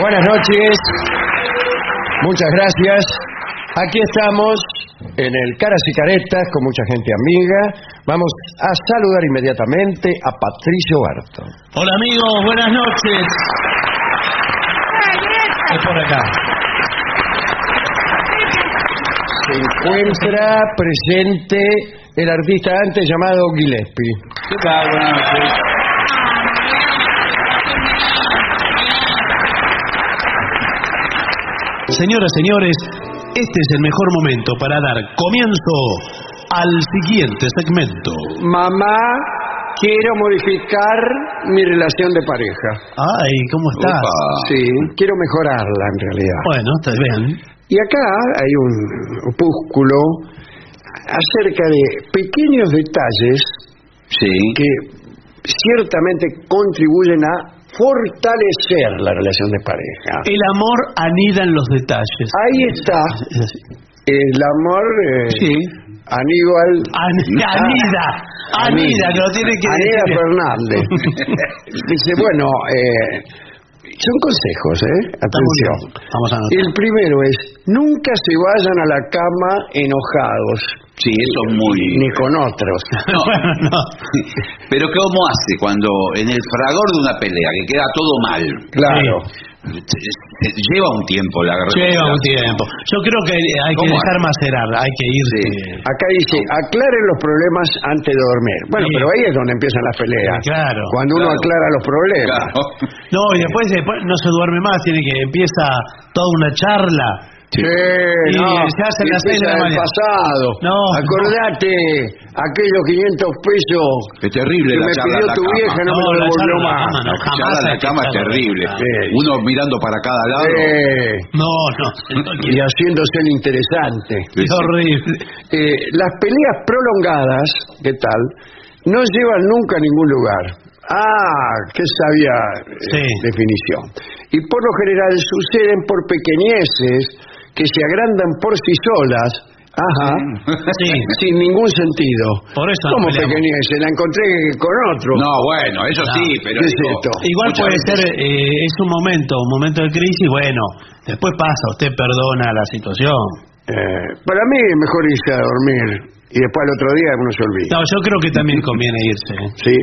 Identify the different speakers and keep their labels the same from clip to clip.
Speaker 1: Buenas noches. Muchas gracias. Aquí estamos en el Caras y Caretas con mucha gente amiga. Vamos a saludar inmediatamente a Patricio Barton.
Speaker 2: Hola amigos, buenas noches. Es por acá.
Speaker 1: Se encuentra presente el artista antes llamado Gillespie.
Speaker 2: ¿Qué tal? Buenas noches. Señoras, señores, este es el mejor momento para dar comienzo al siguiente segmento.
Speaker 1: Mamá, quiero modificar mi relación de pareja.
Speaker 2: Ay, ¿cómo
Speaker 1: Ah.
Speaker 2: estás?
Speaker 1: Sí, quiero mejorarla en realidad.
Speaker 2: Bueno, está bien.
Speaker 1: Y acá hay un opúsculo acerca de pequeños detalles
Speaker 3: Sí.
Speaker 1: que ciertamente contribuyen a fortalecer la relación de pareja.
Speaker 2: El amor anida en los detalles.
Speaker 1: Ahí está el amor eh,
Speaker 2: Sí.
Speaker 1: Aníbal
Speaker 2: An- anida. Anida, que lo tiene que
Speaker 1: Ah. Anida
Speaker 2: decir.
Speaker 1: Fernández. Dice, bueno, eh, son consejos, ¿eh? Atención.
Speaker 2: bien. Vamos a anotar.
Speaker 1: El primero es, nunca se vayan a la cama enojados,
Speaker 3: Sí, eso es muy...
Speaker 1: ni con otros.
Speaker 3: No,
Speaker 2: Bueno, no.
Speaker 3: pero ¿cómo hace cuando en el fragor de una pelea que queda todo mal?
Speaker 1: Claro.
Speaker 3: Eh, Lleva un tiempo la guerra.
Speaker 2: Lleva un tiempo. Yo creo que hay que
Speaker 3: ¿Cómo?
Speaker 2: dejar macerar, hay que irse.
Speaker 3: Sí.
Speaker 1: Acá dice, aclaren los problemas antes de dormir. Bueno,
Speaker 2: Sí.
Speaker 1: pero ahí es donde empiezan las peleas.
Speaker 2: Sí, claro.
Speaker 1: Cuando uno
Speaker 3: Claro.
Speaker 1: aclara los problemas.
Speaker 3: Claro.
Speaker 2: No, y después, después no se duerme más, tiene que empieza toda una charla.
Speaker 1: Sí,
Speaker 2: Y
Speaker 1: no,
Speaker 2: se hacen las seis de
Speaker 1: empieza
Speaker 2: la
Speaker 1: el
Speaker 2: mañana.
Speaker 1: pasado.
Speaker 2: No,
Speaker 1: Acordate, aquellos 500 pesos
Speaker 3: Es terrible
Speaker 1: que
Speaker 3: la
Speaker 1: me
Speaker 3: charla
Speaker 1: pidió
Speaker 3: en la
Speaker 1: tu
Speaker 3: cama.
Speaker 1: vieja, no, me lo
Speaker 2: la
Speaker 1: devolvió
Speaker 2: charla en la
Speaker 1: más.
Speaker 2: cama no, jamás
Speaker 3: La cuchara
Speaker 2: hay
Speaker 3: en la
Speaker 2: que
Speaker 3: cama es
Speaker 2: charlar.
Speaker 3: terrible.
Speaker 1: Sí.
Speaker 3: Uno mirando para cada lado.
Speaker 1: Eh,
Speaker 2: No, no, no
Speaker 1: y
Speaker 2: quiero.
Speaker 1: haciéndose el interesante.
Speaker 2: es horrible.
Speaker 1: Eh, las peleas prolongadas, ¿qué tal? No llevan nunca a ningún lugar. Ah, qué sabia eh,
Speaker 2: Sí.
Speaker 1: definición. Y por lo general suceden por pequeñeces que se agrandan por sí solas. Ajá.
Speaker 2: Sí.
Speaker 1: Sin ningún sentido.
Speaker 2: Por eso
Speaker 1: Como
Speaker 2: peleamos.
Speaker 1: pequeñeces, la encontré con otro.
Speaker 3: No, bueno, eso sí, pero...
Speaker 1: ¿Qué es
Speaker 3: digo,
Speaker 1: esto?
Speaker 2: Igual
Speaker 3: muchas
Speaker 2: puede
Speaker 3: veces-
Speaker 2: ser, eh, es un momento, un momento de crisis, bueno, después pasa, usted perdona la situación.
Speaker 1: Eh, para mí es mejor irse a dormir y después al otro día uno se olvida.
Speaker 2: No, yo creo que también conviene irse. ¿eh?
Speaker 1: ¿Sí?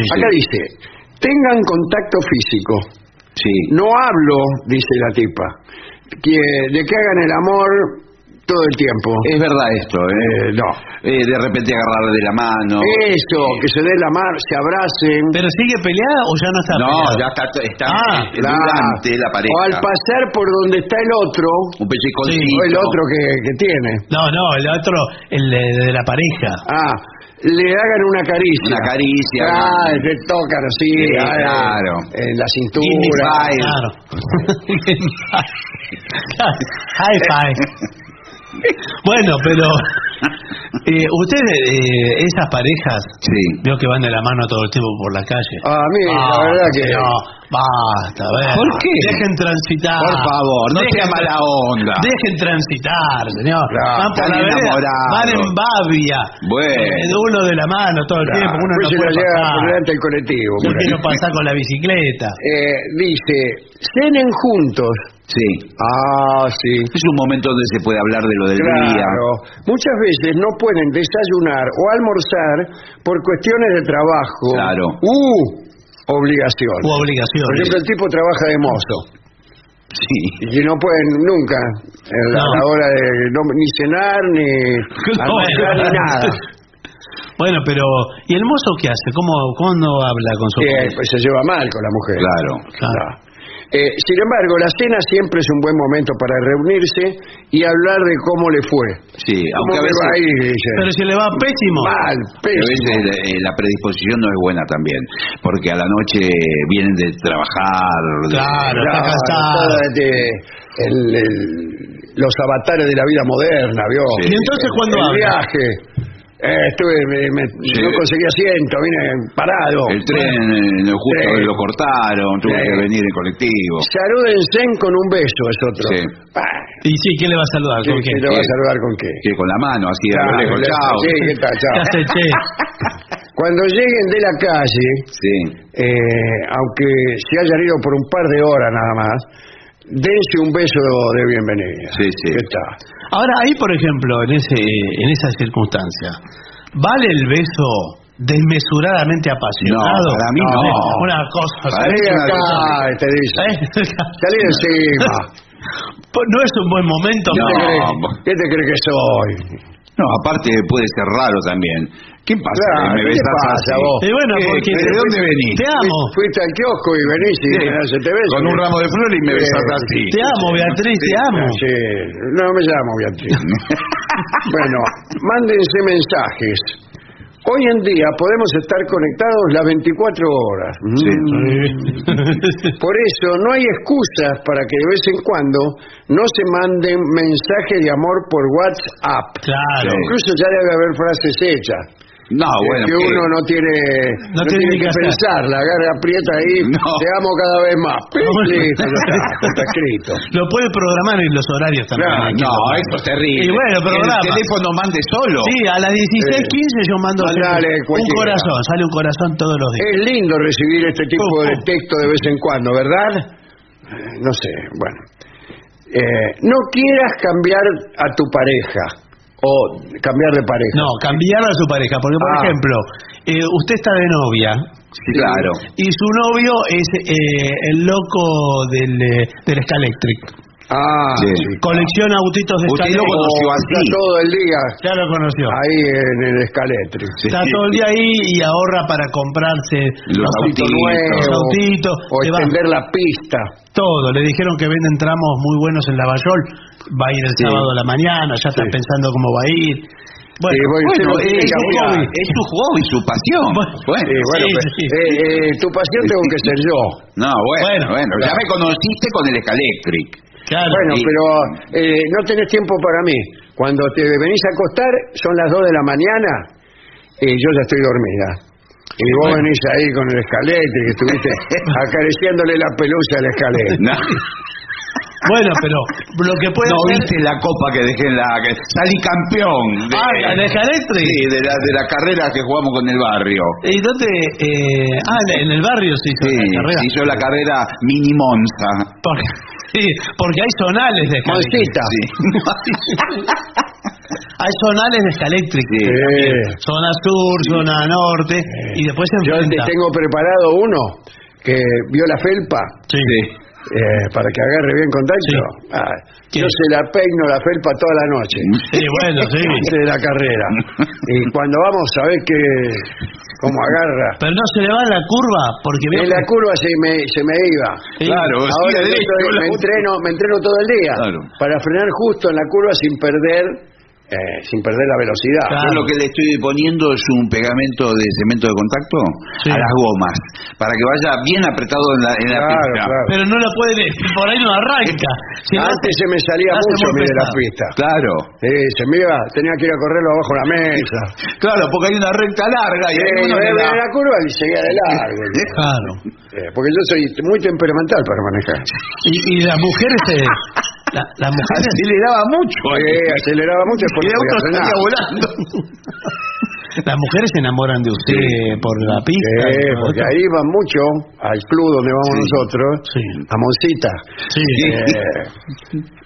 Speaker 2: Sí, sí.
Speaker 1: Acá dice, tengan contacto físico.
Speaker 3: Sí.
Speaker 1: No hablo, dice la tipa, que, de que hagan el amor todo el tiempo.
Speaker 3: Es verdad esto, ¿eh?
Speaker 1: Eh, no.
Speaker 3: Eh, de repente agarrar de la mano.
Speaker 1: Eso, que se den la mano, se abracen.
Speaker 2: ¿Pero sigue peleada o ya no está
Speaker 3: No,
Speaker 2: peleada?
Speaker 3: ya está, está
Speaker 2: Ah,
Speaker 3: eh, durante la pareja.
Speaker 1: O al pasar por donde está el otro,
Speaker 3: Un pelliconcito.
Speaker 2: Sí,
Speaker 1: o el otro que, que tiene.
Speaker 2: No, no, el otro, el de, de la pareja.
Speaker 1: Ah, le hagan una caricia.
Speaker 3: Una caricia.
Speaker 1: Ah, te tocan así.
Speaker 3: Sí,
Speaker 1: ah,
Speaker 3: claro.
Speaker 1: En la
Speaker 2: Jimmy
Speaker 1: cintura.
Speaker 3: Five.
Speaker 2: Claro. High five. Bueno, pero eh, ustedes, eh, esas parejas,
Speaker 3: Sí.
Speaker 2: veo que van de la mano todo el tiempo por la calle.
Speaker 1: Ah, a mí, la
Speaker 2: Ah,
Speaker 1: verdad que-
Speaker 2: No, basta, a ver.
Speaker 3: ¿Por qué?
Speaker 2: Dejen transitar.
Speaker 3: Por favor, no sea
Speaker 2: Dejen-
Speaker 3: mala onda.
Speaker 2: Dejen transitar, señor.
Speaker 3: Claro,
Speaker 2: van por
Speaker 3: están
Speaker 2: la vereda,
Speaker 3: enamorados.
Speaker 2: van en babia.
Speaker 3: Bueno.
Speaker 2: Eh, Uno de la mano todo el
Speaker 1: Ah,
Speaker 2: tiempo, uno
Speaker 1: después se
Speaker 2: no
Speaker 1: la
Speaker 2: puede
Speaker 1: lleva por
Speaker 2: pasar.
Speaker 1: delante el colectivo.
Speaker 2: Yo
Speaker 1: por ahí.
Speaker 2: quiero pasar con la bicicleta.
Speaker 1: Eh, dice, cenen juntos.
Speaker 3: Sí.
Speaker 1: Ah, sí.
Speaker 3: Es un momento donde se puede hablar de lo del día.
Speaker 1: Claro. Muchas veces no pueden desayunar o almorzar por cuestiones de trabajo.
Speaker 3: Claro.
Speaker 1: U obligación.
Speaker 2: U
Speaker 1: Por
Speaker 2: obligaciones.
Speaker 1: ejemplo, el tipo trabaja de mozo
Speaker 3: Sí.
Speaker 1: y no pueden nunca eh, a la,
Speaker 2: No.
Speaker 1: la hora de no- ni cenar ni almorzar ni nada.
Speaker 2: Bueno, pero ¿y el mozo qué hace? ¿Cómo cuándo habla con su
Speaker 1: Que, pues, se lleva mal con la mujer.
Speaker 3: Claro.
Speaker 2: Claro.
Speaker 1: Ah. Eh, sin embargo, la cena siempre es un buen momento para reunirse y hablar de cómo le fue.
Speaker 3: Sí.
Speaker 1: ¿Cómo
Speaker 3: Aunque a
Speaker 1: me
Speaker 3: veces,
Speaker 1: va a ir? dice.
Speaker 2: Pero si le va pésimo.
Speaker 1: Mal,
Speaker 3: a
Speaker 1: pésimo.
Speaker 3: veces la, eh, la predisposición no es buena también. Porque a la noche vienen de trabajar. de-
Speaker 2: Claro. está
Speaker 1: Claro,
Speaker 2: casado.
Speaker 1: todo este- el- el- los avatares de la vida moderna, ¿vio?
Speaker 3: Sí.
Speaker 2: ¿Y entonces cuándo
Speaker 1: el
Speaker 2: habla?
Speaker 1: viaje. Eh, estuve, me- me-
Speaker 3: Sí.
Speaker 1: no conseguí asiento, vine parado.
Speaker 3: El tren eh, justo
Speaker 1: Sí.
Speaker 3: lo cortaron, tuvo
Speaker 1: Sí.
Speaker 3: que venir el colectivo.
Speaker 1: Salúdense con un beso, es otro.
Speaker 3: Sí.
Speaker 1: Ah,
Speaker 2: Y sí, ¿quién le va a saludar?
Speaker 1: ¿qué-
Speaker 2: ¿Con
Speaker 1: qué
Speaker 2: quién?
Speaker 1: lo va a saludar con qué?
Speaker 3: Que con la mano, así, a lo
Speaker 1: Claro,
Speaker 3: lejos,
Speaker 1: le-
Speaker 3: chao.
Speaker 1: sí, ¿qué tal?
Speaker 2: ¿Qué
Speaker 1: Chao.
Speaker 2: hace, che?
Speaker 1: Cuando lleguen de la calle,
Speaker 3: Sí.
Speaker 1: eh, aunque se hayan ido por un par de horas nada más, dense un beso de bienvenida.
Speaker 3: Sí, sí.
Speaker 1: ¿Qué tal?
Speaker 2: Ahora, ahí, por ejemplo, en, ese, en esa circunstancia, ¿vale el beso desmesuradamente apasionado? ¿Eh?
Speaker 3: No, para mí
Speaker 1: no.
Speaker 2: Una cosa.
Speaker 3: Para
Speaker 1: Salí
Speaker 3: mí
Speaker 1: de
Speaker 3: una
Speaker 1: acá, te dice.
Speaker 2: ¿eh?
Speaker 1: Salí de encima.
Speaker 2: Pues no es un buen momento.
Speaker 1: ¿Qué
Speaker 3: No.
Speaker 1: te
Speaker 2: para-
Speaker 1: crees?
Speaker 3: vos-
Speaker 1: ¿Qué te crees que soy?
Speaker 3: No, aparte puede ser raro también. ¿Qué pasa? Eh,
Speaker 1: Claro,
Speaker 3: ¿Me
Speaker 1: ¿qué
Speaker 3: besás
Speaker 1: te pasa,
Speaker 3: así?
Speaker 1: vos?
Speaker 2: Y bueno,
Speaker 3: ¿Qué?
Speaker 2: porque
Speaker 3: ¿De dónde venís?
Speaker 2: Te amo.
Speaker 1: Fui- Fuiste al kiosco y venís y
Speaker 3: Sí.
Speaker 1: no se te beso.
Speaker 3: Con un ramo de flores y me
Speaker 1: Sí.
Speaker 3: besás así.
Speaker 2: Te amo, Beatriz, te amo.
Speaker 1: Sí, no me llamo Beatriz. bueno, mándense mensajes. Hoy en día podemos estar conectados las 24 horas. Mm.
Speaker 3: Sí.
Speaker 1: Por eso no hay excusas para que de vez en cuando no se manden mensajes de amor por WhatsApp.
Speaker 2: claro.
Speaker 3: Sí.
Speaker 1: Incluso ya debe haber frases hechas. Es
Speaker 3: No, Ah, bueno.
Speaker 1: que
Speaker 3: ¿qué?
Speaker 1: uno no tiene, no
Speaker 2: No tiene
Speaker 1: tiene
Speaker 2: ni
Speaker 1: que
Speaker 2: que hacer.
Speaker 1: pensarla, agarra, aprieta ahí,
Speaker 3: No.
Speaker 1: te amo cada vez más.
Speaker 2: Ah, Bueno.
Speaker 1: Listo, ya está, está escrito.
Speaker 2: Lo puede programar en los horarios también.
Speaker 3: Ah,
Speaker 2: aquí,
Speaker 3: No,
Speaker 2: papá.
Speaker 3: eso es terrible.
Speaker 2: Y bueno,
Speaker 3: Que
Speaker 2: programa.
Speaker 3: El teléfono mande solo.
Speaker 2: Sí, a las 16.15 yo mando
Speaker 1: Mandale
Speaker 2: un
Speaker 1: cualquiera.
Speaker 2: corazón, sale un corazón todos los días.
Speaker 1: Es lindo recibir este tipo de texto de vez en cuando, ¿verdad? Eh, No sé, bueno. Eh, no quieras cambiar a tu pareja o cambiar de pareja.
Speaker 2: No, cambiar a su pareja, porque por
Speaker 1: Ah.
Speaker 2: ejemplo, eh, usted está de novia
Speaker 3: Sí, claro.
Speaker 2: y su novio es eh, el loco del, eh, del Scalectric.
Speaker 1: Ah,
Speaker 3: Sí.
Speaker 1: sí.
Speaker 2: Colecciona autitos de
Speaker 3: Usted
Speaker 2: Scalectric.
Speaker 3: lo conoció
Speaker 1: O
Speaker 3: así.
Speaker 1: está todo el día
Speaker 2: Ya lo conoció.
Speaker 1: ahí en el escaletri.
Speaker 2: Está todo el día ahí y ahorra para comprarse
Speaker 3: Los
Speaker 1: Autito
Speaker 3: autitos.
Speaker 1: nuevo,
Speaker 2: autitos,
Speaker 1: o
Speaker 2: te va.
Speaker 1: extender la pista.
Speaker 2: todo. Le dijeron que venden tramos muy buenos en Lavallol. Va a ir el sábado a la mañana, ya está
Speaker 1: Sí.
Speaker 2: pensando cómo va a ir. Bueno,
Speaker 1: Sí, voy-
Speaker 2: bueno,
Speaker 1: sí, voy-
Speaker 2: eh,
Speaker 1: sí,
Speaker 2: su
Speaker 1: voy-
Speaker 2: hobby.
Speaker 3: Es su hobby, su pasión.
Speaker 2: Bueno.
Speaker 3: Bueno.
Speaker 1: Sí, bueno,
Speaker 2: Sí,
Speaker 1: pues,
Speaker 2: sí.
Speaker 1: eh, eh, tu pasión tengo que ser yo.
Speaker 3: No,
Speaker 2: Bueno,
Speaker 3: bueno, bueno. Ya
Speaker 1: claro.
Speaker 3: me conociste con el Escaléctric.
Speaker 2: Claro.
Speaker 1: Bueno,
Speaker 3: sí.
Speaker 1: pero eh, no tenés tiempo para mí. Cuando te venís a acostar, son las 2 de la mañana y yo ya estoy dormida. Y vos
Speaker 3: Bueno.
Speaker 1: venís ahí con el escalete que estuviste acariciándole la pelusa al escalete.
Speaker 3: No,
Speaker 2: Bueno, pero lo que puede
Speaker 3: no
Speaker 2: hacer-
Speaker 3: viste la copa que dejé en la... que Salí campeón. de-
Speaker 2: Ah, la de Escaléctric.
Speaker 3: Sí, de la, de la carrera que jugamos con el barrio.
Speaker 2: ¿Y dónde? eh, ah, en en el barrio se hizo
Speaker 3: Sí,
Speaker 2: la carrera.
Speaker 3: se hizo la carrera mini Monza.
Speaker 2: Porque, sí, porque hay zonales de Escaléctric.
Speaker 1: Moncita.
Speaker 3: Sí.
Speaker 2: Hay zonales de Escaléctric.
Speaker 3: Sí.
Speaker 1: Eh,
Speaker 2: Zona sur, zona norte, y después se
Speaker 1: yo te
Speaker 2: enfrenta.
Speaker 1: tengo preparado uno que vio la felpa
Speaker 2: Sí.
Speaker 1: eh, para que agarre bien contacto. Ah,
Speaker 2: ¿Qué?
Speaker 1: yo se la peino la felpa toda la noche.
Speaker 2: Sí, bueno, sí.
Speaker 1: antes de la carrera. Y cuando vamos, ¿sabés que cómo agarra?
Speaker 2: Pero no se le va la curva, porque... veo
Speaker 1: En la
Speaker 2: que-
Speaker 1: curva se me, se me iba.
Speaker 2: Sí.
Speaker 3: Claro,
Speaker 1: Ahora
Speaker 3: siga
Speaker 1: yo
Speaker 3: derecho,
Speaker 1: estoy-
Speaker 3: la-
Speaker 1: me, entreno, me entreno todo el día
Speaker 3: Claro.
Speaker 1: para frenar justo en la curva sin perder eh, sin perder la velocidad.
Speaker 2: Claro.
Speaker 3: Yo lo que le estoy poniendo es un pegamento de cemento de contacto
Speaker 2: Sí.
Speaker 3: a las gomas, para que vaya bien apretado en la, en la
Speaker 1: Claro,
Speaker 3: pista.
Speaker 1: claro.
Speaker 2: pero no la puede por ahí no arranca Si no,
Speaker 1: Antes se me salía
Speaker 2: la hace
Speaker 1: mucho
Speaker 2: muy
Speaker 1: mire, de la
Speaker 2: pesada.
Speaker 1: pista.
Speaker 3: Claro.
Speaker 1: Sí, se me iba, tenía que ir a correrlo abajo de la mesa.
Speaker 3: Claro, porque hay una recta larga y
Speaker 1: Sí,
Speaker 3: hay uno
Speaker 1: yo
Speaker 3: que
Speaker 1: iba
Speaker 3: la-
Speaker 1: en la curva y seguía de largo.
Speaker 2: claro
Speaker 1: Eh, porque yo soy muy temperamental para manejar.
Speaker 2: y, y las mujeres eh, la- las mujeres
Speaker 3: aceleraba mucho.
Speaker 1: Eh, aceleraba mucho
Speaker 3: Y
Speaker 1: porque
Speaker 3: el auto
Speaker 1: podía frenar.
Speaker 3: salía volando.
Speaker 2: las mujeres se enamoran de usted por la pista
Speaker 1: Sí,
Speaker 2: y todo
Speaker 1: porque
Speaker 2: eso.
Speaker 1: ahí va mucho al club donde vamos
Speaker 3: Sí.
Speaker 1: nosotros,
Speaker 2: Sí.
Speaker 1: a Moncita.
Speaker 2: sí,
Speaker 1: Eh,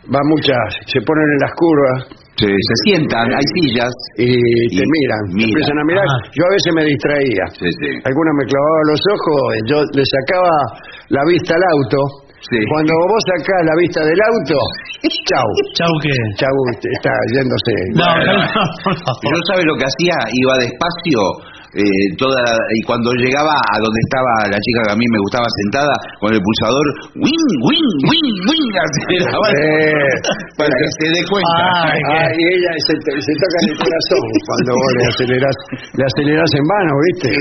Speaker 1: va muchas, se ponen en las curvas
Speaker 3: Sí, se sientan, hay sillas.
Speaker 1: y,
Speaker 3: Y
Speaker 1: te miran, te
Speaker 3: miran.
Speaker 1: empiezan a mirar.
Speaker 2: Ah.
Speaker 1: Yo a veces me distraía.
Speaker 3: Sí, sí.
Speaker 1: Alguna me clavaba los ojos, yo le sacaba la vista al auto.
Speaker 3: Sí.
Speaker 1: Cuando vos sacás la vista del auto, chau,
Speaker 2: chau que
Speaker 1: chau, está yéndose.
Speaker 2: no, no,
Speaker 3: Bueno.
Speaker 2: no, por favor.
Speaker 3: Yo sabe lo que hacía, iba despacio eh, toda y cuando llegaba a donde estaba la chica que a mí me gustaba sentada con el pulsador, win, win, win, win, aceleraba
Speaker 1: Eh,
Speaker 3: para que se dé cuenta.
Speaker 2: Ay,
Speaker 1: Ah, y ella se, to- se toca en el corazón cuando vos le acelerás, le acelerás en vano, ¿viste? Eh,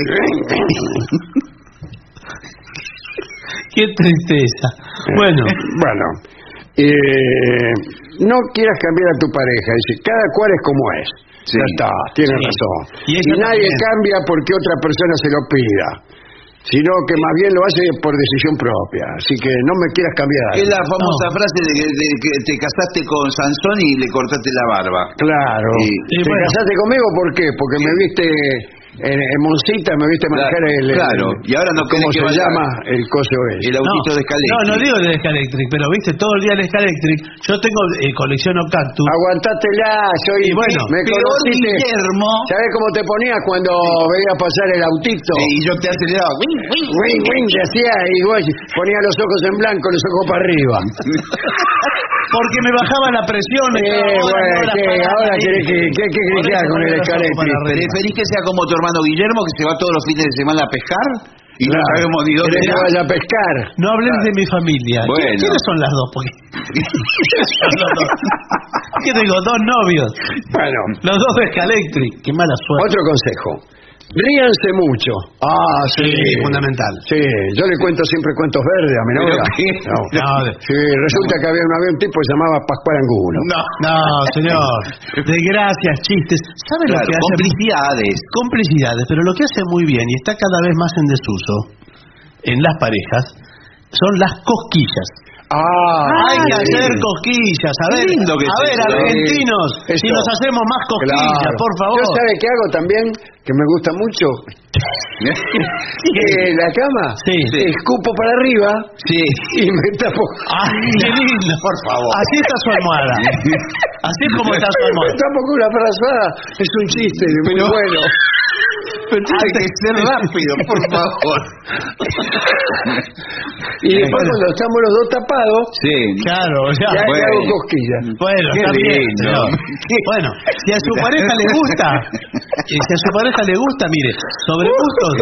Speaker 2: qué tristeza bueno
Speaker 1: Bueno, eh, no quieras cambiar a tu pareja, dice, cada cual es como es.
Speaker 3: Sí.
Speaker 1: Ya está, tiene
Speaker 2: Sí.
Speaker 1: razón.
Speaker 2: Y
Speaker 1: Y,
Speaker 2: ella
Speaker 1: nadie
Speaker 2: también.
Speaker 1: cambia porque otra persona se lo pida, sino que más bien lo hace por decisión propia. Así que no me quieras cambiar.
Speaker 3: Es la famosa frase de que, de que te casaste con Sansón y le cortaste la barba.
Speaker 1: Claro.
Speaker 3: Sí.
Speaker 1: ¿Te
Speaker 2: Sí, bueno.
Speaker 1: casaste conmigo por qué? Porque me viste en, en Monsita me viste manejar
Speaker 3: Claro,
Speaker 1: el, el-
Speaker 3: claro. Y ahora no
Speaker 1: ¿Cómo
Speaker 3: querés que
Speaker 1: se
Speaker 3: vaya-
Speaker 1: llama el coso ese?
Speaker 3: El autito de escalera.
Speaker 2: no, no digo de Escalectric, pero viste, todo el día el Escalectric. Yo tengo, eh, colecciono cactus.
Speaker 1: Aguantátela, soy...
Speaker 2: Y bueno,
Speaker 1: me
Speaker 2: peor
Speaker 1: conociste.
Speaker 2: Guillermo.
Speaker 1: ¿Sabés cómo te ponías cuando veía pasar el autito?
Speaker 3: Eh, y yo te aceleraba. Wing, wing,
Speaker 1: Wing, wing, te hacía y vos ponía los ojos en blanco, los ojos para arriba.
Speaker 2: Porque me bajaba la presión. me
Speaker 1: Eh,
Speaker 2: quedaba horas,
Speaker 1: bueno,
Speaker 2: horas
Speaker 1: ¿qué?
Speaker 2: parado
Speaker 1: Ahora
Speaker 2: ahí.
Speaker 1: querés que- que- que
Speaker 2: Por
Speaker 1: gritear
Speaker 2: eso
Speaker 1: con
Speaker 2: no
Speaker 1: el
Speaker 2: me la saco
Speaker 1: Escalectric,
Speaker 2: para arriba.
Speaker 3: ¿Preferís que sea como tu hermano Guillermo, que se va todos los fines de semana a pescar? Y no
Speaker 1: Claro.
Speaker 3: sabemos ni dónde
Speaker 1: Querés que
Speaker 3: está?
Speaker 1: vaya a pescar.
Speaker 2: No hables de mi familia. ¿Qui-
Speaker 3: Bueno.
Speaker 2: ¿Quiénes son las dos? Porque... ¿Quiénes son los dos? ¿Qué tengo? Dos novios.
Speaker 1: Bueno,
Speaker 2: Los dos de Escalectric. Qué mala suerte.
Speaker 1: otro consejo. Ríanse mucho. Ah, sí.
Speaker 2: Sí, fundamental.
Speaker 1: Sí, yo le cuento siempre cuentos verdes a mi
Speaker 3: Pero
Speaker 1: novia.
Speaker 3: qué-
Speaker 1: No.
Speaker 2: No, de-
Speaker 1: Sí, resulta que había una vez un tipo que se llamaba Pascual Angulo.
Speaker 3: No.
Speaker 2: No, señor. Desgracias, chistes. ¿Sabe lo
Speaker 3: Claro,
Speaker 2: que hace?
Speaker 3: complicidades.
Speaker 2: Complicidades, pero lo que hace muy bien y está cada vez más en desuso en las parejas son las cosquillas.
Speaker 1: Ah,
Speaker 2: Hay que
Speaker 1: sí.
Speaker 2: hacer cosquillas. A
Speaker 3: Qué
Speaker 2: ver,
Speaker 3: lindo que
Speaker 2: a
Speaker 3: es
Speaker 2: ver
Speaker 3: eso.
Speaker 2: argentinos,
Speaker 1: Sí,
Speaker 2: si
Speaker 1: eso.
Speaker 2: nos hacemos más cosquillas,
Speaker 1: Claro.
Speaker 2: por favor.
Speaker 1: ¿Yo sabe qué hago también? Que me gusta mucho. Que la cama
Speaker 2: Sí.
Speaker 1: escupo para arriba
Speaker 3: Sí.
Speaker 1: y me tapo.
Speaker 2: Ay, qué lindo.
Speaker 3: Por favor.
Speaker 2: Así está su almohada. Así es como está su
Speaker 1: Me
Speaker 2: almohada.
Speaker 1: tapo con una frazada. Es un chiste muy
Speaker 3: Pero-
Speaker 1: bueno.
Speaker 3: Hay que ser rápido, por favor.
Speaker 1: Y después cuando estamos los dos tapados,
Speaker 3: Sí.
Speaker 2: Claro, ya.
Speaker 1: ya le
Speaker 3: bueno.
Speaker 1: hago cosquillas.
Speaker 2: Bueno,
Speaker 3: Qué
Speaker 2: está bien,
Speaker 3: lindo.
Speaker 2: señor. Bueno, si a su pareja le gusta, y si a su pareja le gusta, mire, sobre gustos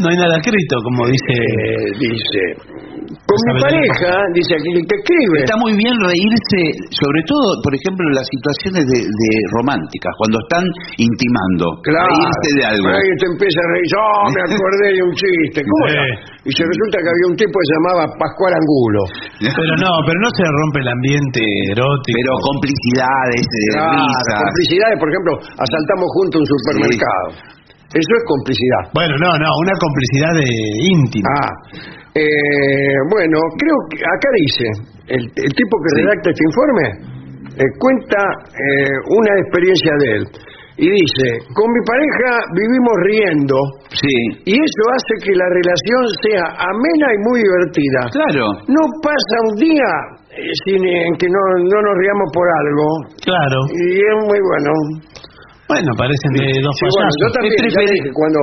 Speaker 2: no hay nada escrito, como dice.
Speaker 1: Eh, dice, con mi
Speaker 2: Isabel
Speaker 1: pareja, dice aquí el que escribe.
Speaker 3: Está muy bien reírse, sobre todo, por ejemplo, en las situaciones de, de románticas, cuando están intimando. Reírse de algo.
Speaker 1: Ahí te empieza a reír. Oh, me acordé de un chiste. ¿Cómo
Speaker 2: Sí.
Speaker 1: era?
Speaker 3: Eh.
Speaker 1: Y se resulta que había un tipo que se llamaba Pascual Angulo.
Speaker 2: Pero no, pero no se rompe el ambiente erótico.
Speaker 3: Pero complicidades, eh,
Speaker 1: Claro,
Speaker 3: risas.
Speaker 1: complicidades, por ejemplo, asaltamos juntos un supermercado. Eso es complicidad.
Speaker 2: Bueno, no, no, una complicidad de íntima.
Speaker 1: Ah, eh, bueno, creo que acá dice, el, el tipo que redacta este informe eh, cuenta eh, una experiencia de él. Y dice, con mi pareja vivimos riendo
Speaker 3: Sí.
Speaker 1: y eso hace que la relación sea amena y muy divertida.
Speaker 3: Claro.
Speaker 1: No pasa un día eh, sin eh, en que no, no nos riamos por algo.
Speaker 2: Claro.
Speaker 1: Y es muy bueno.
Speaker 2: Bueno, parecen de dos
Speaker 1: Sí, bueno, yo
Speaker 2: payasos.
Speaker 1: también,
Speaker 3: ¿Qué
Speaker 1: ya
Speaker 3: preferís?
Speaker 1: dije, cuando,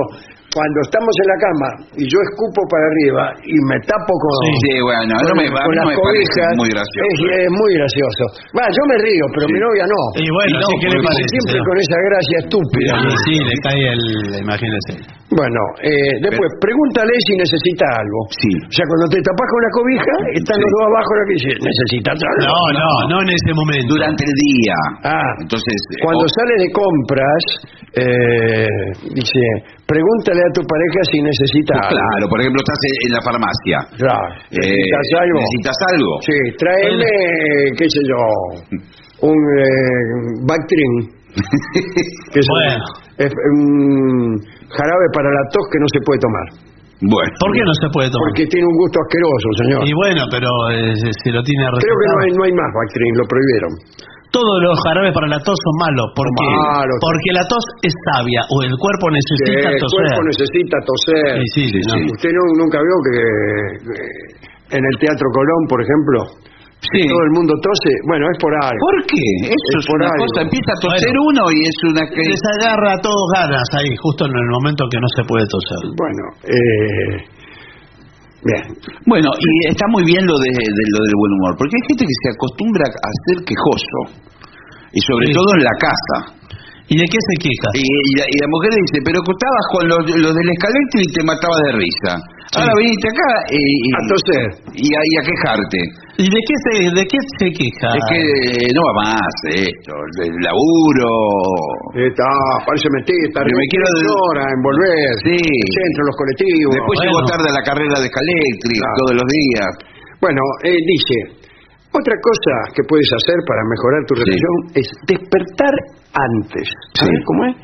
Speaker 1: cuando estamos en la cama y yo escupo para arriba y me tapo con,
Speaker 2: Sí.
Speaker 3: Sí, bueno,
Speaker 1: con-
Speaker 3: no me, a
Speaker 1: con
Speaker 3: mí no
Speaker 1: las
Speaker 3: me parece
Speaker 1: cobijas,
Speaker 3: muy gracioso.
Speaker 1: Es,
Speaker 3: eh.
Speaker 1: es muy gracioso. Va, yo me río, pero mi novia no.
Speaker 2: Y bueno,
Speaker 3: No,
Speaker 2: sí, ¿qué le
Speaker 3: porque
Speaker 2: parece?
Speaker 1: Siempre
Speaker 2: señor?
Speaker 1: con esa gracia estúpida.
Speaker 2: Sí, sí, le cae el. Imagínese.
Speaker 1: Bueno, eh, después, pregúntale si necesita algo.
Speaker 3: Sí.
Speaker 1: O sea, cuando te tapas con la cobija, están los
Speaker 3: Sí.
Speaker 1: dos abajo lo que dice, ¿necesitas algo?
Speaker 2: No, no, no en ese momento.
Speaker 3: Durante el día.
Speaker 1: Ah,
Speaker 3: Entonces. eh,
Speaker 1: Cuando
Speaker 3: o-
Speaker 1: sale de compras, eh, dice, pregúntale a tu pareja si necesita
Speaker 3: Claro.
Speaker 1: algo.
Speaker 3: por ejemplo, estás en- en la farmacia.
Speaker 1: Claro.
Speaker 3: Eh,
Speaker 1: ¿Necesitas algo?
Speaker 3: ¿Necesitas algo?
Speaker 1: Sí, tráeme, qué sé yo, un eh, Bactrin. que es, un-
Speaker 2: Bueno.
Speaker 1: es un jarabe para la tos que no se puede tomar.
Speaker 3: Bueno.
Speaker 2: ¿Por qué no se puede tomar?
Speaker 1: Porque tiene un gusto asqueroso, señor.
Speaker 2: Y bueno, pero eh, se- se lo tiene
Speaker 1: Creo que no
Speaker 2: recetado.
Speaker 1: hay, no hay más Bactrin, lo prohibieron.
Speaker 2: Todos los jarabes para la tos son malos. ¿Por
Speaker 1: Son
Speaker 2: qué?
Speaker 1: malos.
Speaker 2: Porque la tos es sabia o el cuerpo
Speaker 1: Que
Speaker 2: necesita
Speaker 1: el
Speaker 2: toser.
Speaker 1: cuerpo necesita toser.
Speaker 2: Sí, sí,
Speaker 3: Sí,
Speaker 2: no.
Speaker 3: sí.
Speaker 1: ¿Usted no- nunca vio que eh, en el Teatro Colón, por ejemplo,
Speaker 3: Sí.
Speaker 1: todo el mundo tose? Bueno, es por algo.
Speaker 3: ¿Por qué? Eso
Speaker 1: Es
Speaker 3: es,
Speaker 1: por
Speaker 3: una
Speaker 1: algo.
Speaker 3: cosa. Empieza a toser
Speaker 2: Bueno.
Speaker 3: uno y es una que.
Speaker 2: Les agarra a todos ganas ahí, justo en el momento que no se puede toser.
Speaker 1: Bueno, eh, bien.
Speaker 3: Bueno, y está muy bien lo, de, de lo del buen humor, porque hay gente que se acostumbra a ser quejoso, y sobre
Speaker 2: Sí.
Speaker 3: todo en la casa.
Speaker 2: ¿Y de qué se queja?
Speaker 3: Y, y la, y la mujer le dice, pero que estabas con los, los del escalete y te matabas de risa. Ahora viniste acá y, y-
Speaker 1: A toser.
Speaker 3: y a, y a quejarte.
Speaker 2: ¿Y de qué se, de qué se queja?
Speaker 3: Es que eh, no va más esto, el laburo.
Speaker 1: Está, parece mentira, está
Speaker 3: Pero me quiero de-
Speaker 1: hora en volver.
Speaker 3: Sí.
Speaker 1: El centro, los colectivos.
Speaker 3: Después
Speaker 2: bueno.
Speaker 3: llegó tarde a la carrera de escalete
Speaker 1: Claro.
Speaker 3: todos los días.
Speaker 1: Bueno, eh, dice, otra cosa que puedes hacer para mejorar tu
Speaker 3: Sí.
Speaker 1: relación es despertar antes.
Speaker 3: Sí.
Speaker 1: ¿Sabes cómo es?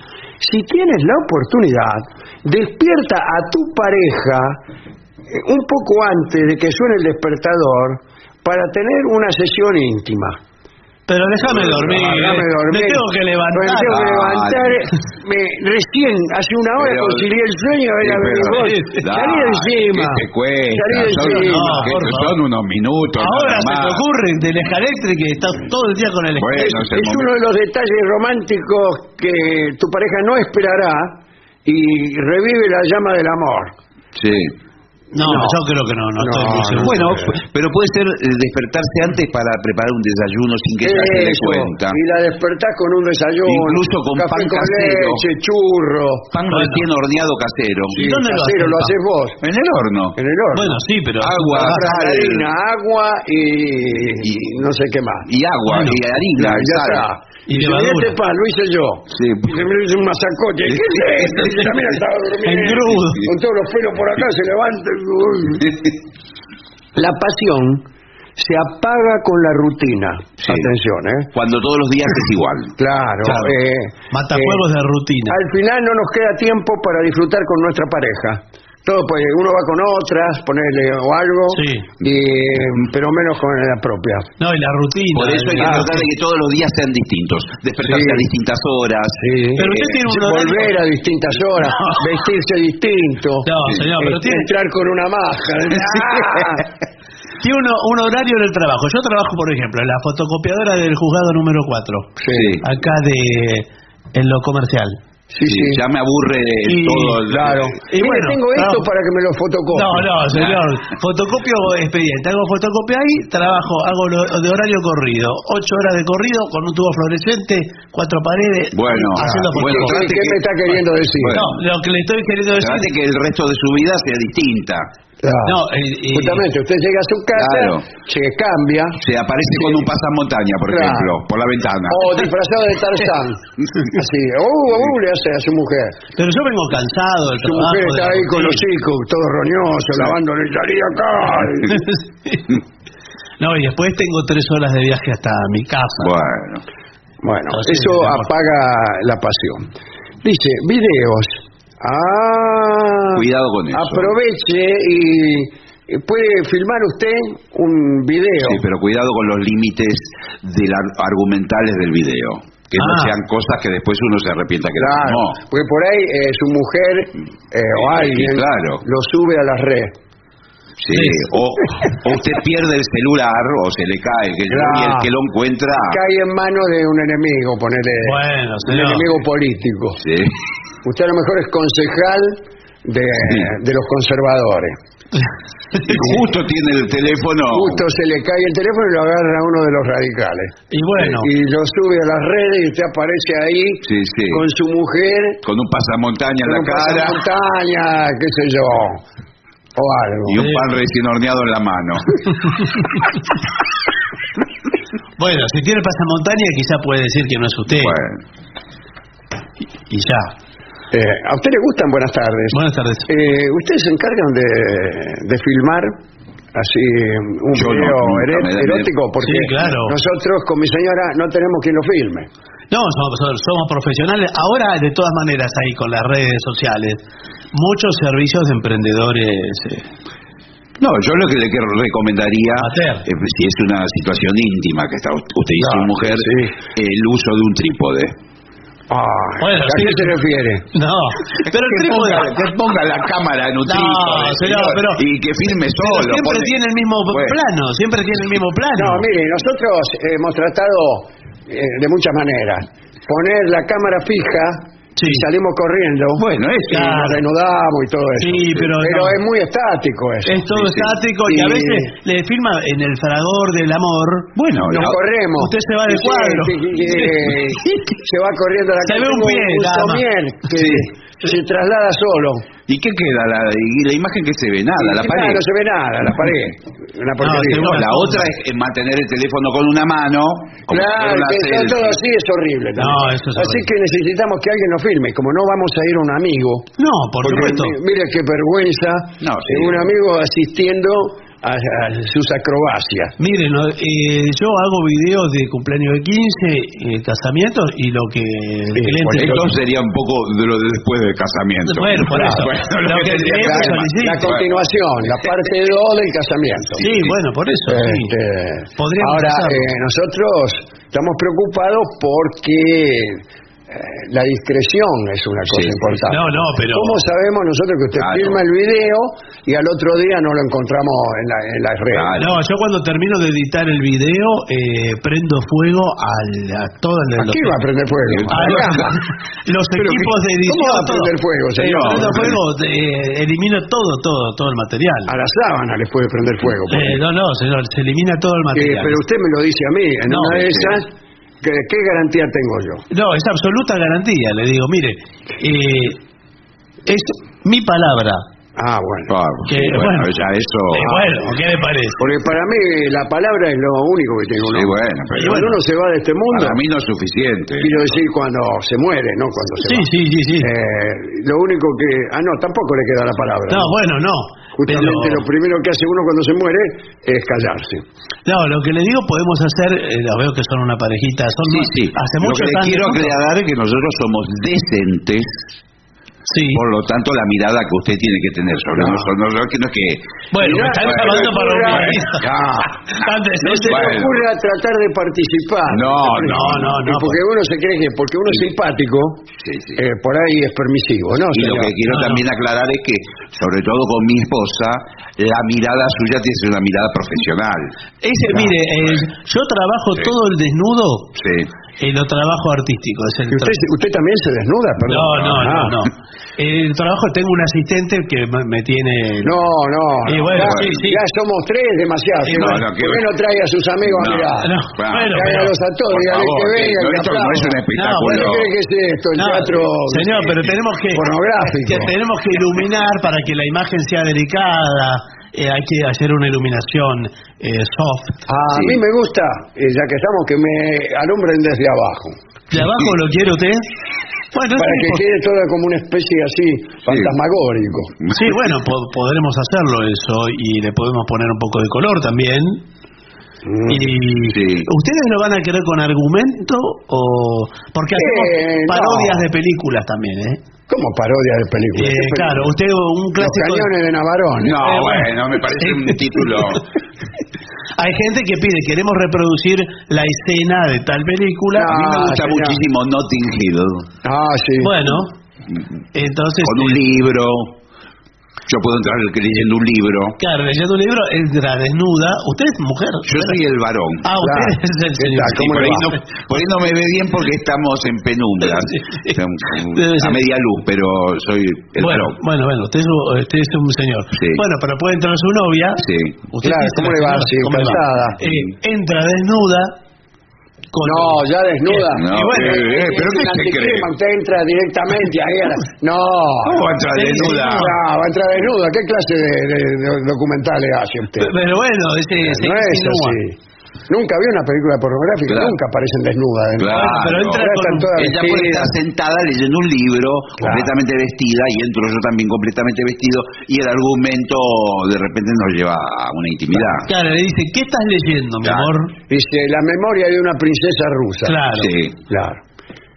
Speaker 1: Si tienes la oportunidad, despierta a tu pareja eh, un poco antes de que suene el despertador para tener una sesión íntima.
Speaker 2: Pero déjame dormir. eh.
Speaker 1: Déjame dormir.
Speaker 2: Me tengo que levantar.
Speaker 1: Me tengo que
Speaker 3: Dale.
Speaker 1: levantar. Me- recién, hace una hora,
Speaker 3: Pero-
Speaker 1: concilié el sueño a ver a ver
Speaker 3: Pero,
Speaker 1: vos.
Speaker 3: dale,
Speaker 1: Salí de encima.
Speaker 3: ¿qué te cuesta?
Speaker 1: Salí de
Speaker 3: Son,
Speaker 1: encima.
Speaker 3: unos-
Speaker 2: No, por
Speaker 3: que-
Speaker 2: favor.
Speaker 3: son unos minutos.
Speaker 2: Ahora
Speaker 3: nada
Speaker 2: se te
Speaker 3: más.
Speaker 2: ocurre del escaléctric que estás todo el día con el
Speaker 3: Bueno,
Speaker 2: escaléctric.
Speaker 3: es
Speaker 1: es
Speaker 3: el
Speaker 1: uno
Speaker 3: momento.
Speaker 1: de los detalles románticos que tu pareja no esperará y revive la llama del amor.
Speaker 3: Sí.
Speaker 2: No, yo creo que no, no, estoy muy
Speaker 1: No,
Speaker 2: seguro.
Speaker 3: Bueno, pero puede ser eh, despertarse antes para preparar un desayuno sin que ella se dé
Speaker 1: Eso,
Speaker 3: cuenta.
Speaker 1: Y la despertás con un desayuno.
Speaker 3: Incluso con
Speaker 1: café
Speaker 3: pan
Speaker 1: con
Speaker 3: casero.
Speaker 1: leche, churro.
Speaker 3: Pan
Speaker 2: Bueno.
Speaker 3: recién horneado casero.
Speaker 2: ¿Y dónde
Speaker 1: casero,
Speaker 2: lo haces,
Speaker 1: lo
Speaker 2: pa?
Speaker 1: haces vos.
Speaker 3: En el horno.
Speaker 1: En el horno.
Speaker 2: Bueno, sí, pero
Speaker 3: Agua,
Speaker 1: Compras
Speaker 3: sal.
Speaker 1: harina, agua y,
Speaker 3: Y-
Speaker 1: no sé qué más.
Speaker 3: Y agua,
Speaker 2: Bueno.
Speaker 3: y harina,
Speaker 1: Ya
Speaker 3: y sal.
Speaker 1: está.
Speaker 2: Y
Speaker 1: Dice,
Speaker 2: levadura.
Speaker 1: "Mira este pan, lo hice yo.
Speaker 3: Sí. pues.
Speaker 1: Dice, "Mira, hice un masacote. ¿Qué es esto? Dice, "Mira, estaba durmiendo".
Speaker 2: En crudo.
Speaker 1: Con todos los pelos por acá, se levanta. y- uy. La pasión se apaga con la rutina.
Speaker 3: Sí.
Speaker 1: Atención, ¿eh?
Speaker 3: Cuando todos los días es igual.
Speaker 1: Claro.
Speaker 2: Claro.
Speaker 1: eh,
Speaker 2: matafuegos de rutina.
Speaker 1: al final no nos queda tiempo para disfrutar con nuestra pareja. Todo, pues uno va con otras, ponerle o algo,
Speaker 2: Sí.
Speaker 1: y, pero menos con la propia.
Speaker 2: No, y la rutina.
Speaker 3: Por eso hay que
Speaker 2: Ah,
Speaker 3: tratar de que todos los días sean distintos. Despertarse
Speaker 1: Sí.
Speaker 3: a distintas horas.
Speaker 2: Pero usted tiene un horario-
Speaker 1: Volver a distintas horas, vestirse distinto,
Speaker 2: No, señor, pero
Speaker 1: eh,
Speaker 2: tiene,
Speaker 1: entrar con una máscara. ¡Ah!
Speaker 2: tiene uno- un horario en el trabajo. Yo trabajo, por ejemplo, en la fotocopiadora del juzgado número 4,
Speaker 1: Sí,
Speaker 2: acá de en lo comercial.
Speaker 1: sí, sí.
Speaker 3: Ya me aburre
Speaker 2: Y-
Speaker 3: todo. el-
Speaker 1: Claro.
Speaker 2: Y
Speaker 1: Mire,
Speaker 2: bueno,
Speaker 1: tengo esto
Speaker 2: no.
Speaker 1: para que me lo fotocopie.
Speaker 2: No, no, señor. Fotocopio expediente. Hago fotocopia ahí, trabajo, hago lo- de horario corrido. Ocho horas de corrido con un tubo fluorescente, cuatro paredes.
Speaker 3: Bueno,
Speaker 2: haciendo
Speaker 3: ah, bueno,
Speaker 1: ¿Qué-
Speaker 2: fotocopia.
Speaker 3: trate
Speaker 1: ¿Qué
Speaker 3: que-
Speaker 1: me está queriendo decir?
Speaker 3: Bueno.
Speaker 2: No, lo que le estoy queriendo decir.
Speaker 3: Trate que el resto de su vida sea distinta.
Speaker 1: Claro.
Speaker 2: No, eh, eh,
Speaker 1: Justamente, usted llega a su casa,
Speaker 3: Claro.
Speaker 1: se cambia,
Speaker 3: Se aparece con un pasamontaña, por
Speaker 1: Claro.
Speaker 3: ejemplo, por la ventana.
Speaker 1: O disfrazado de Tarzán. Así, uh, uh, le hace a su mujer.
Speaker 2: Pero yo vengo cansado del
Speaker 1: Su
Speaker 2: trabajo.
Speaker 1: mujer
Speaker 2: de
Speaker 1: está
Speaker 2: la
Speaker 1: ahí con los
Speaker 2: rutina.
Speaker 1: chicos, todo roñoso, lavándole el salí acá.
Speaker 2: No, y después tengo tres horas de viaje hasta mi casa.
Speaker 3: Bueno.
Speaker 1: Bueno,
Speaker 2: Así
Speaker 1: eso
Speaker 2: es, mi amor.
Speaker 1: apaga la pasión. Dice, videos. Ah,
Speaker 3: Cuidado con eso.
Speaker 1: aproveche y y puede filmar usted un video.
Speaker 3: Sí, pero cuidado con los límites de la- argumentales del video. Que no
Speaker 2: Ah.
Speaker 3: sean cosas que después uno se arrepienta que
Speaker 1: Claro,
Speaker 3: no.
Speaker 1: porque por ahí eh, su mujer eh, o
Speaker 3: Sí,
Speaker 1: alguien
Speaker 3: claro.
Speaker 1: lo sube a las redes.
Speaker 3: Sí, O, o usted pierde el celular o se le cae que yo, y el
Speaker 1: Claro.
Speaker 3: que lo encuentra.
Speaker 1: Cae en manos de un enemigo, ponerle
Speaker 2: Bueno,
Speaker 1: un
Speaker 2: señor.
Speaker 1: enemigo político.
Speaker 3: Sí.
Speaker 1: Usted a lo mejor es concejal de, de los conservadores.
Speaker 3: Y Justo tiene el teléfono.
Speaker 1: Justo se le cae el teléfono y lo agarra uno de los radicales.
Speaker 2: Y bueno,
Speaker 1: Y lo sube a las redes y usted aparece ahí
Speaker 3: Sí, sí.
Speaker 1: con su mujer,
Speaker 3: Con un pasamontaña
Speaker 1: con
Speaker 3: en la
Speaker 1: un
Speaker 3: cara
Speaker 1: montaña, qué sé yo, o algo.
Speaker 3: y un pan recién horneado en la mano.
Speaker 2: bueno, si tiene pasamontaña quizá puede decir que no es usted.
Speaker 3: Bueno.
Speaker 2: Y ya.
Speaker 1: Eh, ¿A usted le gustan? Buenas tardes.
Speaker 2: Buenas tardes.
Speaker 1: Eh, ¿Ustedes se encargan de, de filmar así un
Speaker 3: Yo no,
Speaker 1: video
Speaker 3: nunca
Speaker 1: ero-
Speaker 3: me da- me-
Speaker 1: erótico? Porque
Speaker 2: Sí, claro.
Speaker 1: nosotros con mi señora no tenemos quien lo filme.
Speaker 2: No, somos, somos- somos profesionales. Ahora, de todas maneras, ahí con las redes sociales, muchos servicios de emprendedores. eh,
Speaker 3: No, yo lo que le que recomendaría,
Speaker 2: Hacer.
Speaker 3: eh, si es una situación íntima que está usted y su
Speaker 1: Claro,
Speaker 3: mujer,
Speaker 1: sí.
Speaker 3: el uso de un trípode.
Speaker 1: Ah,
Speaker 2: Bueno,
Speaker 1: ¿A
Speaker 2: sí.
Speaker 1: qué se refiere?
Speaker 2: No, pero el
Speaker 3: que,
Speaker 2: trípode.
Speaker 3: ponga, que ponga la cámara en un
Speaker 2: No,
Speaker 3: trípode
Speaker 2: señor,
Speaker 3: señor,
Speaker 2: pero-
Speaker 3: y que filme
Speaker 2: pero
Speaker 3: solo.
Speaker 2: siempre
Speaker 3: pone-
Speaker 2: tiene el mismo
Speaker 3: Bueno.
Speaker 2: plano, siempre tiene el mismo plano.
Speaker 1: No, mire, nosotros hemos tratado eh, de muchas maneras. Poner la cámara fija
Speaker 2: Sí.
Speaker 1: y salimos corriendo.
Speaker 3: Bueno, es
Speaker 1: y nos
Speaker 2: claro.
Speaker 1: desnudamos y todo eso.
Speaker 2: Sí, pero no.
Speaker 1: es muy estático eso.
Speaker 2: Es todo
Speaker 3: Sí, sí.
Speaker 2: estático y a
Speaker 1: Sí.
Speaker 2: veces le firma en el fragor del amor.
Speaker 3: Bueno,
Speaker 1: Nos
Speaker 3: la-
Speaker 1: corremos.
Speaker 2: Usted se va del
Speaker 1: Sí,
Speaker 2: cuadro.
Speaker 1: sí, sí, sí. se va corriendo a la
Speaker 2: Se
Speaker 1: calle.
Speaker 2: ve un
Speaker 1: Tengo
Speaker 2: pie, nada más.
Speaker 1: somier que se traslada solo.
Speaker 3: ¿y qué queda? La, y la imagen que se ve, nada,
Speaker 1: Y
Speaker 3: la
Speaker 1: nada,
Speaker 3: pared.
Speaker 1: No se ve nada, la pared. Una porquería.
Speaker 2: seguro.
Speaker 3: No, la otra es eh, mantener el teléfono con una mano. como si fuera
Speaker 1: Claro,
Speaker 3: una
Speaker 1: que está
Speaker 3: selfie.
Speaker 1: todo así es horrible.
Speaker 2: No,
Speaker 1: también.
Speaker 2: eso es
Speaker 1: así
Speaker 2: horrible.
Speaker 1: que necesitamos que alguien nos firme. Como no vamos a ir a un amigo,
Speaker 2: No, por
Speaker 1: porque
Speaker 2: supuesto.
Speaker 1: mi- mire qué vergüenza
Speaker 3: No,
Speaker 1: eh,
Speaker 3: sí.
Speaker 1: un amigo asistiendo a, a sus acrobacias.
Speaker 2: Miren, lo- eh, yo hago videos de cumpleaños de 15, eh, casamientos y lo que... el
Speaker 1: bueno,
Speaker 2: ente-
Speaker 3: Esto sería un poco de lo de después del casamiento.
Speaker 2: Bueno, por eso. Lo que tenemos
Speaker 3: tendría que
Speaker 1: La,
Speaker 3: hacer.
Speaker 2: solicito.
Speaker 1: la continuación, la parte 2 del casamiento.
Speaker 2: sí, bueno, por eso. sí.
Speaker 1: Este,
Speaker 2: Podríamos
Speaker 1: ahora,
Speaker 2: hacerlo.
Speaker 1: eh, nosotros estamos preocupados porque eh, la discreción es una cosa
Speaker 3: Sí.
Speaker 1: importante.
Speaker 2: No, no, pero-
Speaker 1: ¿Cómo sabemos nosotros que usted
Speaker 3: Claro.
Speaker 1: firma el video y al otro día no lo encontramos en, la- en las redes?
Speaker 3: Claro.
Speaker 2: No, yo cuando termino de editar el video eh, prendo fuego al, a todo el...
Speaker 1: Aquí va a prender fuego.
Speaker 2: a
Speaker 1: A la
Speaker 2: los-
Speaker 1: cama.
Speaker 2: los
Speaker 1: Pero
Speaker 2: equipos
Speaker 1: que-
Speaker 2: de edición.
Speaker 1: ¿Cómo va a
Speaker 2: todo.
Speaker 1: prender fuego,
Speaker 2: Eh,
Speaker 1: señor?
Speaker 2: prendo fuego, eh, elimino todo, todo, todo el material.
Speaker 1: A la sábana le Ah, puede prender fuego. por
Speaker 2: Eh, no, no, señor, se elimina todo el
Speaker 1: Eh,
Speaker 2: material.
Speaker 1: pero usted me lo dice a mí, en
Speaker 2: No,
Speaker 1: una de
Speaker 3: sí.
Speaker 1: esas, ¿qué, qué garantía tengo yo?
Speaker 2: No, es absoluta garantía, le digo, mire, eh, es mi palabra.
Speaker 1: Ah, bueno.
Speaker 3: Ah, sí,
Speaker 2: Que,
Speaker 3: bueno,
Speaker 2: bueno.
Speaker 3: ya eso.
Speaker 2: Eh, bueno, ¿qué le parece?
Speaker 1: Porque para mí la palabra es lo único que tiene uno.
Speaker 3: Sí, bueno, pero
Speaker 1: Cuando uno se va de este mundo,
Speaker 3: para mí no es suficiente.
Speaker 1: quiero decir cuando se muere, no cuando se
Speaker 2: Sí,
Speaker 1: va.
Speaker 2: sí, sí, sí.
Speaker 1: Eh, lo único que... Ah, no, tampoco le queda la palabra.
Speaker 2: No, bueno, no.
Speaker 1: Justamente
Speaker 2: pero-
Speaker 1: lo primero que hace uno cuando se muere es callarse.
Speaker 2: No, lo que le digo podemos hacer, eh, los veo que son una parejita, son
Speaker 3: Sí,
Speaker 2: más-
Speaker 3: sí.
Speaker 2: hace
Speaker 3: Lo
Speaker 2: mucho
Speaker 3: que le
Speaker 2: están
Speaker 3: quiero
Speaker 2: juntos.
Speaker 3: aclarar es que nosotros somos decentes,
Speaker 2: Sí.
Speaker 3: por lo tanto la mirada que usted tiene que tener sobre
Speaker 1: No.
Speaker 3: nosotros no, no, que no es que...
Speaker 2: Bueno,
Speaker 1: Mirá,
Speaker 2: me están
Speaker 1: bueno,
Speaker 2: llamando para un
Speaker 1: ya,
Speaker 2: compromiso.
Speaker 3: ya.
Speaker 2: Antes,
Speaker 1: No se
Speaker 2: este-
Speaker 1: le
Speaker 3: Bueno.
Speaker 1: ocurra tratar de participar.
Speaker 3: No, no,
Speaker 2: no, no, pues.
Speaker 1: Y Porque uno se cree que porque uno es simpático,
Speaker 3: Sí, sí.
Speaker 1: eh, por ahí es permisivo, ¿no?
Speaker 3: Y
Speaker 1: señor?
Speaker 3: lo que quiero
Speaker 2: No, no.
Speaker 3: también aclarar es que, sobre todo con mi esposa, la mirada suya tiene que ser una mirada profesional.
Speaker 2: ese, mire, eh, yo trabajo
Speaker 3: Sí.
Speaker 2: todo el desnudo
Speaker 3: Sí.
Speaker 2: en lo trabajo artístico. Es el
Speaker 1: ¿Y usted,
Speaker 2: tra-
Speaker 1: usted también se desnuda, perdón.
Speaker 2: No, no, no,
Speaker 1: Ah.
Speaker 2: no. El trabajo tengo un asistente que me me tiene.
Speaker 1: No, no.
Speaker 2: Y
Speaker 1: no,
Speaker 2: bueno,
Speaker 1: ya,
Speaker 2: sí, sí.
Speaker 1: ya somos tres, demasiado.
Speaker 2: Y
Speaker 1: ¿Por
Speaker 2: no,
Speaker 1: qué
Speaker 3: no, qué
Speaker 1: ¿Por qué no trae a sus amigos a
Speaker 3: No,
Speaker 1: mirar?
Speaker 2: no, bueno,
Speaker 3: Bueno,
Speaker 2: pero-
Speaker 1: Tráigalos a todos,
Speaker 3: Por
Speaker 1: dígale
Speaker 3: favor,
Speaker 1: que vengan.
Speaker 3: no,
Speaker 1: que
Speaker 3: esto no es un
Speaker 1: aplaudan.
Speaker 3: espectáculo.
Speaker 1: ¿Qué cree que es esto? El
Speaker 2: No,
Speaker 1: teatro. eh,
Speaker 2: señor, pero tenemos que
Speaker 1: pornográfico.
Speaker 2: que tenemos que iluminar para que la imagen sea delicada. eh, hay que hacer una iluminación eh, soft.
Speaker 1: A
Speaker 3: Sí.
Speaker 1: mí me gusta, eh, ya que estamos, que me alumbren desde abajo.
Speaker 2: ¿De abajo lo quiere usted? Bueno,
Speaker 1: para
Speaker 2: sí,
Speaker 1: que
Speaker 2: po-
Speaker 1: quede todo como una especie así, fantasmagórico.
Speaker 2: sí, bueno, po- podremos hacerlo eso y le podemos poner un poco de color también.
Speaker 1: Mm.
Speaker 2: Y
Speaker 3: Sí.
Speaker 2: ustedes lo van a querer con argumento o porque hacemos
Speaker 1: Eh, no.
Speaker 2: parodias de películas también, ¿eh?
Speaker 1: Como parodia de películas. ¿Qué
Speaker 2: Eh,
Speaker 1: película?
Speaker 2: claro, usted un
Speaker 1: Los
Speaker 2: clásico.
Speaker 1: cañones de Navarone.
Speaker 3: No,
Speaker 2: Eh, bueno.
Speaker 3: bueno, me parece un título.
Speaker 2: Hay gente que pide, queremos reproducir la escena de tal película.
Speaker 3: A mí me
Speaker 1: Ah,
Speaker 3: gusta
Speaker 1: señor.
Speaker 3: muchísimo Notting Hill,
Speaker 1: Ah, sí.
Speaker 2: Bueno, entonces, eh,
Speaker 3: con un libro. Yo puedo entrar leyendo un libro.
Speaker 2: claro, leyendo un libro, entra desnuda. Usted es mujer.
Speaker 3: Yo soy el varón.
Speaker 2: Ah, usted
Speaker 1: Claro.
Speaker 2: es el
Speaker 1: ¿Qué
Speaker 2: señor.
Speaker 1: tal?
Speaker 3: Sí,
Speaker 1: ¿Cómo
Speaker 3: por,
Speaker 1: le
Speaker 3: ahí
Speaker 1: va?
Speaker 3: no, por ahí no me ve bien porque estamos en penumbra,
Speaker 2: Debe
Speaker 3: a
Speaker 2: ser.
Speaker 3: media luz, pero soy el
Speaker 2: Bueno,
Speaker 3: varón.
Speaker 2: bueno, bueno, usted es, un- usted es un señor.
Speaker 3: Sí.
Speaker 2: Bueno, pero puede entrar su novia.
Speaker 3: Sí.
Speaker 2: Usted
Speaker 1: Claro,
Speaker 2: dice,
Speaker 1: ¿cómo le va?
Speaker 2: señora,
Speaker 1: Sí,
Speaker 2: ¿cómo le va?
Speaker 1: casada.
Speaker 2: Eh, entra desnuda. Con
Speaker 1: No, ya desnuda.
Speaker 3: No,
Speaker 2: Y bueno,
Speaker 3: eh, eh,
Speaker 1: Es
Speaker 3: pero
Speaker 1: un
Speaker 3: ¿qué se cree?
Speaker 1: anticlima, Usted entra directamente ahí a la... No.
Speaker 3: ¿Cómo va a entrar
Speaker 2: Sí,
Speaker 3: desnuda?
Speaker 2: sí,
Speaker 1: Ah, va a entrar desnuda. ¿Qué clase de, de- de documentales hace usted?
Speaker 2: pe- Pero bueno, ese, se
Speaker 1: no es
Speaker 2: insinúa.
Speaker 1: así. Nunca vi una película pornográfica,
Speaker 3: Claro.
Speaker 1: nunca aparecen desnudas. ¿no?
Speaker 3: Claro.
Speaker 2: Ah, pero entra
Speaker 1: Ahora
Speaker 2: con
Speaker 1: están
Speaker 2: un-
Speaker 1: todas
Speaker 3: Ella puede estar
Speaker 1: vestidas.
Speaker 3: sentada leyendo un libro, completamente vestida, y entro yo también completamente vestido, y el argumento de repente nos lleva a una intimidad.
Speaker 2: Claro, le dice, ¿qué estás leyendo, mi
Speaker 3: Claro.
Speaker 2: amor?
Speaker 1: Dice, la memoria de una princesa rusa.
Speaker 2: Claro.
Speaker 3: Sí.
Speaker 1: Claro.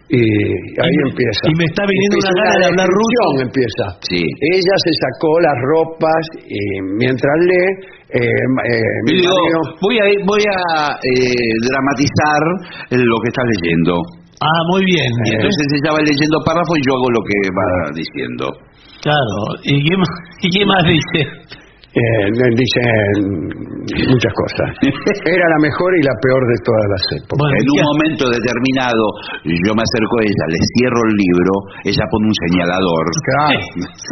Speaker 1: Y ahí
Speaker 2: Y-
Speaker 1: empieza.
Speaker 2: y me está viniendo
Speaker 1: Empieza
Speaker 2: una gana de hablar ruso.
Speaker 1: descripción, empieza.
Speaker 3: Sí.
Speaker 1: Ella se sacó las ropas y mientras lee, eh, eh, mi
Speaker 3: Y digo,
Speaker 1: marido...
Speaker 3: voy a, voy a eh, dramatizar lo que estás leyendo.
Speaker 2: Ah, muy bien.
Speaker 3: Y entonces ella va leyendo párrafo y yo hago lo que va diciendo.
Speaker 2: Claro. ¿Y qué, más, ¿Y qué más dice?
Speaker 1: Eh, dicen muchas cosas. Era la mejor y la peor de todas las épocas.
Speaker 2: Bueno,
Speaker 3: En un
Speaker 2: ya-
Speaker 3: momento determinado, yo me acerco a ella, le cierro el libro, ella pone un señalador.
Speaker 1: Claro,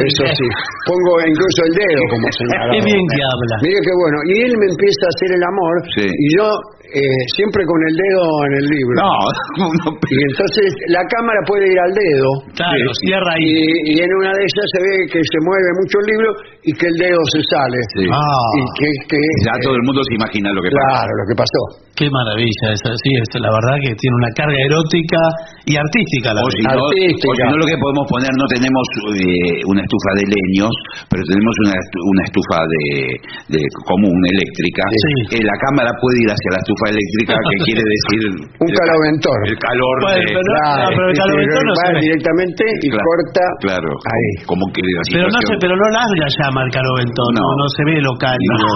Speaker 1: eso sí. Pongo incluso el dedo como señalado.
Speaker 2: Qué bien que habla.
Speaker 1: Mire qué bueno. Y él me empieza a hacer el amor
Speaker 3: Sí.
Speaker 1: y yo eh, siempre con el dedo en el libro.
Speaker 3: No, no,
Speaker 1: Y entonces la cámara puede ir al dedo
Speaker 2: Claro,
Speaker 3: Sí.
Speaker 2: cierra ahí.
Speaker 1: y, y en una de ellas se ve que se mueve mucho el libro y que el dedo se sale.
Speaker 3: Sí.
Speaker 2: Ah,
Speaker 1: Y que, que-
Speaker 3: ya todo el mundo se imagina lo que pasa.
Speaker 1: Claro, lo que pasó.
Speaker 2: Qué maravilla, es así, es la verdad que tiene una carga erótica y artística la
Speaker 3: O si,
Speaker 2: película.
Speaker 3: no,
Speaker 1: Artística.
Speaker 3: o si no, lo que podemos poner, no tenemos eh, una estufa de leños, pero tenemos una, estu- una estufa de, de común, eléctrica.
Speaker 2: Sí.
Speaker 3: Eh, la cámara puede ir hacia la estufa eléctrica, que quiere decir...
Speaker 1: Un
Speaker 3: el-
Speaker 1: caloventor.
Speaker 3: El calor
Speaker 2: Bueno,
Speaker 3: de-
Speaker 2: pero- Ah, pero el
Speaker 1: sí,
Speaker 2: caloventor no
Speaker 1: va
Speaker 2: se ve.
Speaker 1: directamente y
Speaker 3: Claro,
Speaker 1: corta.
Speaker 3: Claro,
Speaker 1: Ahí.
Speaker 3: como que la
Speaker 2: Pero no,
Speaker 3: situación.
Speaker 2: se, pero no larga llama el caloventor, no,
Speaker 3: No.
Speaker 2: no se ve local.
Speaker 3: No.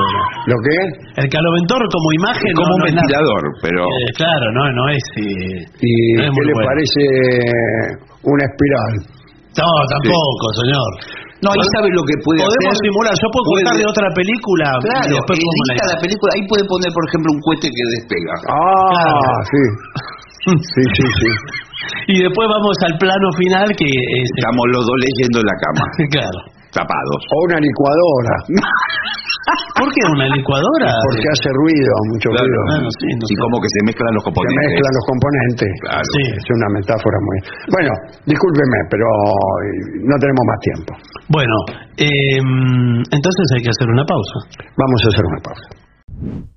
Speaker 1: ¿Lo que?
Speaker 2: El caloventor como imagen
Speaker 3: Es como
Speaker 2: no,
Speaker 3: un
Speaker 2: no es nada.
Speaker 3: ventilador, pero...
Speaker 2: Eh, claro, no, no es... eh,
Speaker 1: ¿Y
Speaker 2: no es
Speaker 1: qué
Speaker 2: muy
Speaker 1: le
Speaker 2: bueno.
Speaker 1: parece eh, una espiral?
Speaker 2: No, tampoco, señor.
Speaker 3: No, ahí sabe lo que puede
Speaker 2: Podemos
Speaker 3: hacer.
Speaker 2: simular, yo puedo
Speaker 3: Puede-
Speaker 2: contar de otra película. y
Speaker 3: Claro,
Speaker 2: después pongo la-
Speaker 3: edita la película, ahí puede poner, por ejemplo, un cohete que despega.
Speaker 1: Ah,
Speaker 2: Claro.
Speaker 1: sí. Sí, sí, sí.
Speaker 2: Y después vamos al plano final que es...
Speaker 3: Estamos los dos leyendo en la cama,
Speaker 2: Ah. Claro.
Speaker 3: tapados.
Speaker 1: O una licuadora,
Speaker 2: ¿Por qué una licuadora?
Speaker 1: porque hace ruido, mucho
Speaker 3: Claro. Ah,
Speaker 1: ruido.
Speaker 2: Bueno, sí, Ah, no
Speaker 3: y
Speaker 2: sé.
Speaker 3: como que se mezclan los
Speaker 1: Se
Speaker 3: componentes.
Speaker 1: mezclan los componentes.
Speaker 3: Claro.
Speaker 2: Sí.
Speaker 1: Es una metáfora muy... Bueno, discúlpeme, pero eh, no tenemos más tiempo.
Speaker 2: Bueno, em, entonces hay que hacer una pausa.
Speaker 1: Vamos a hacer una pausa.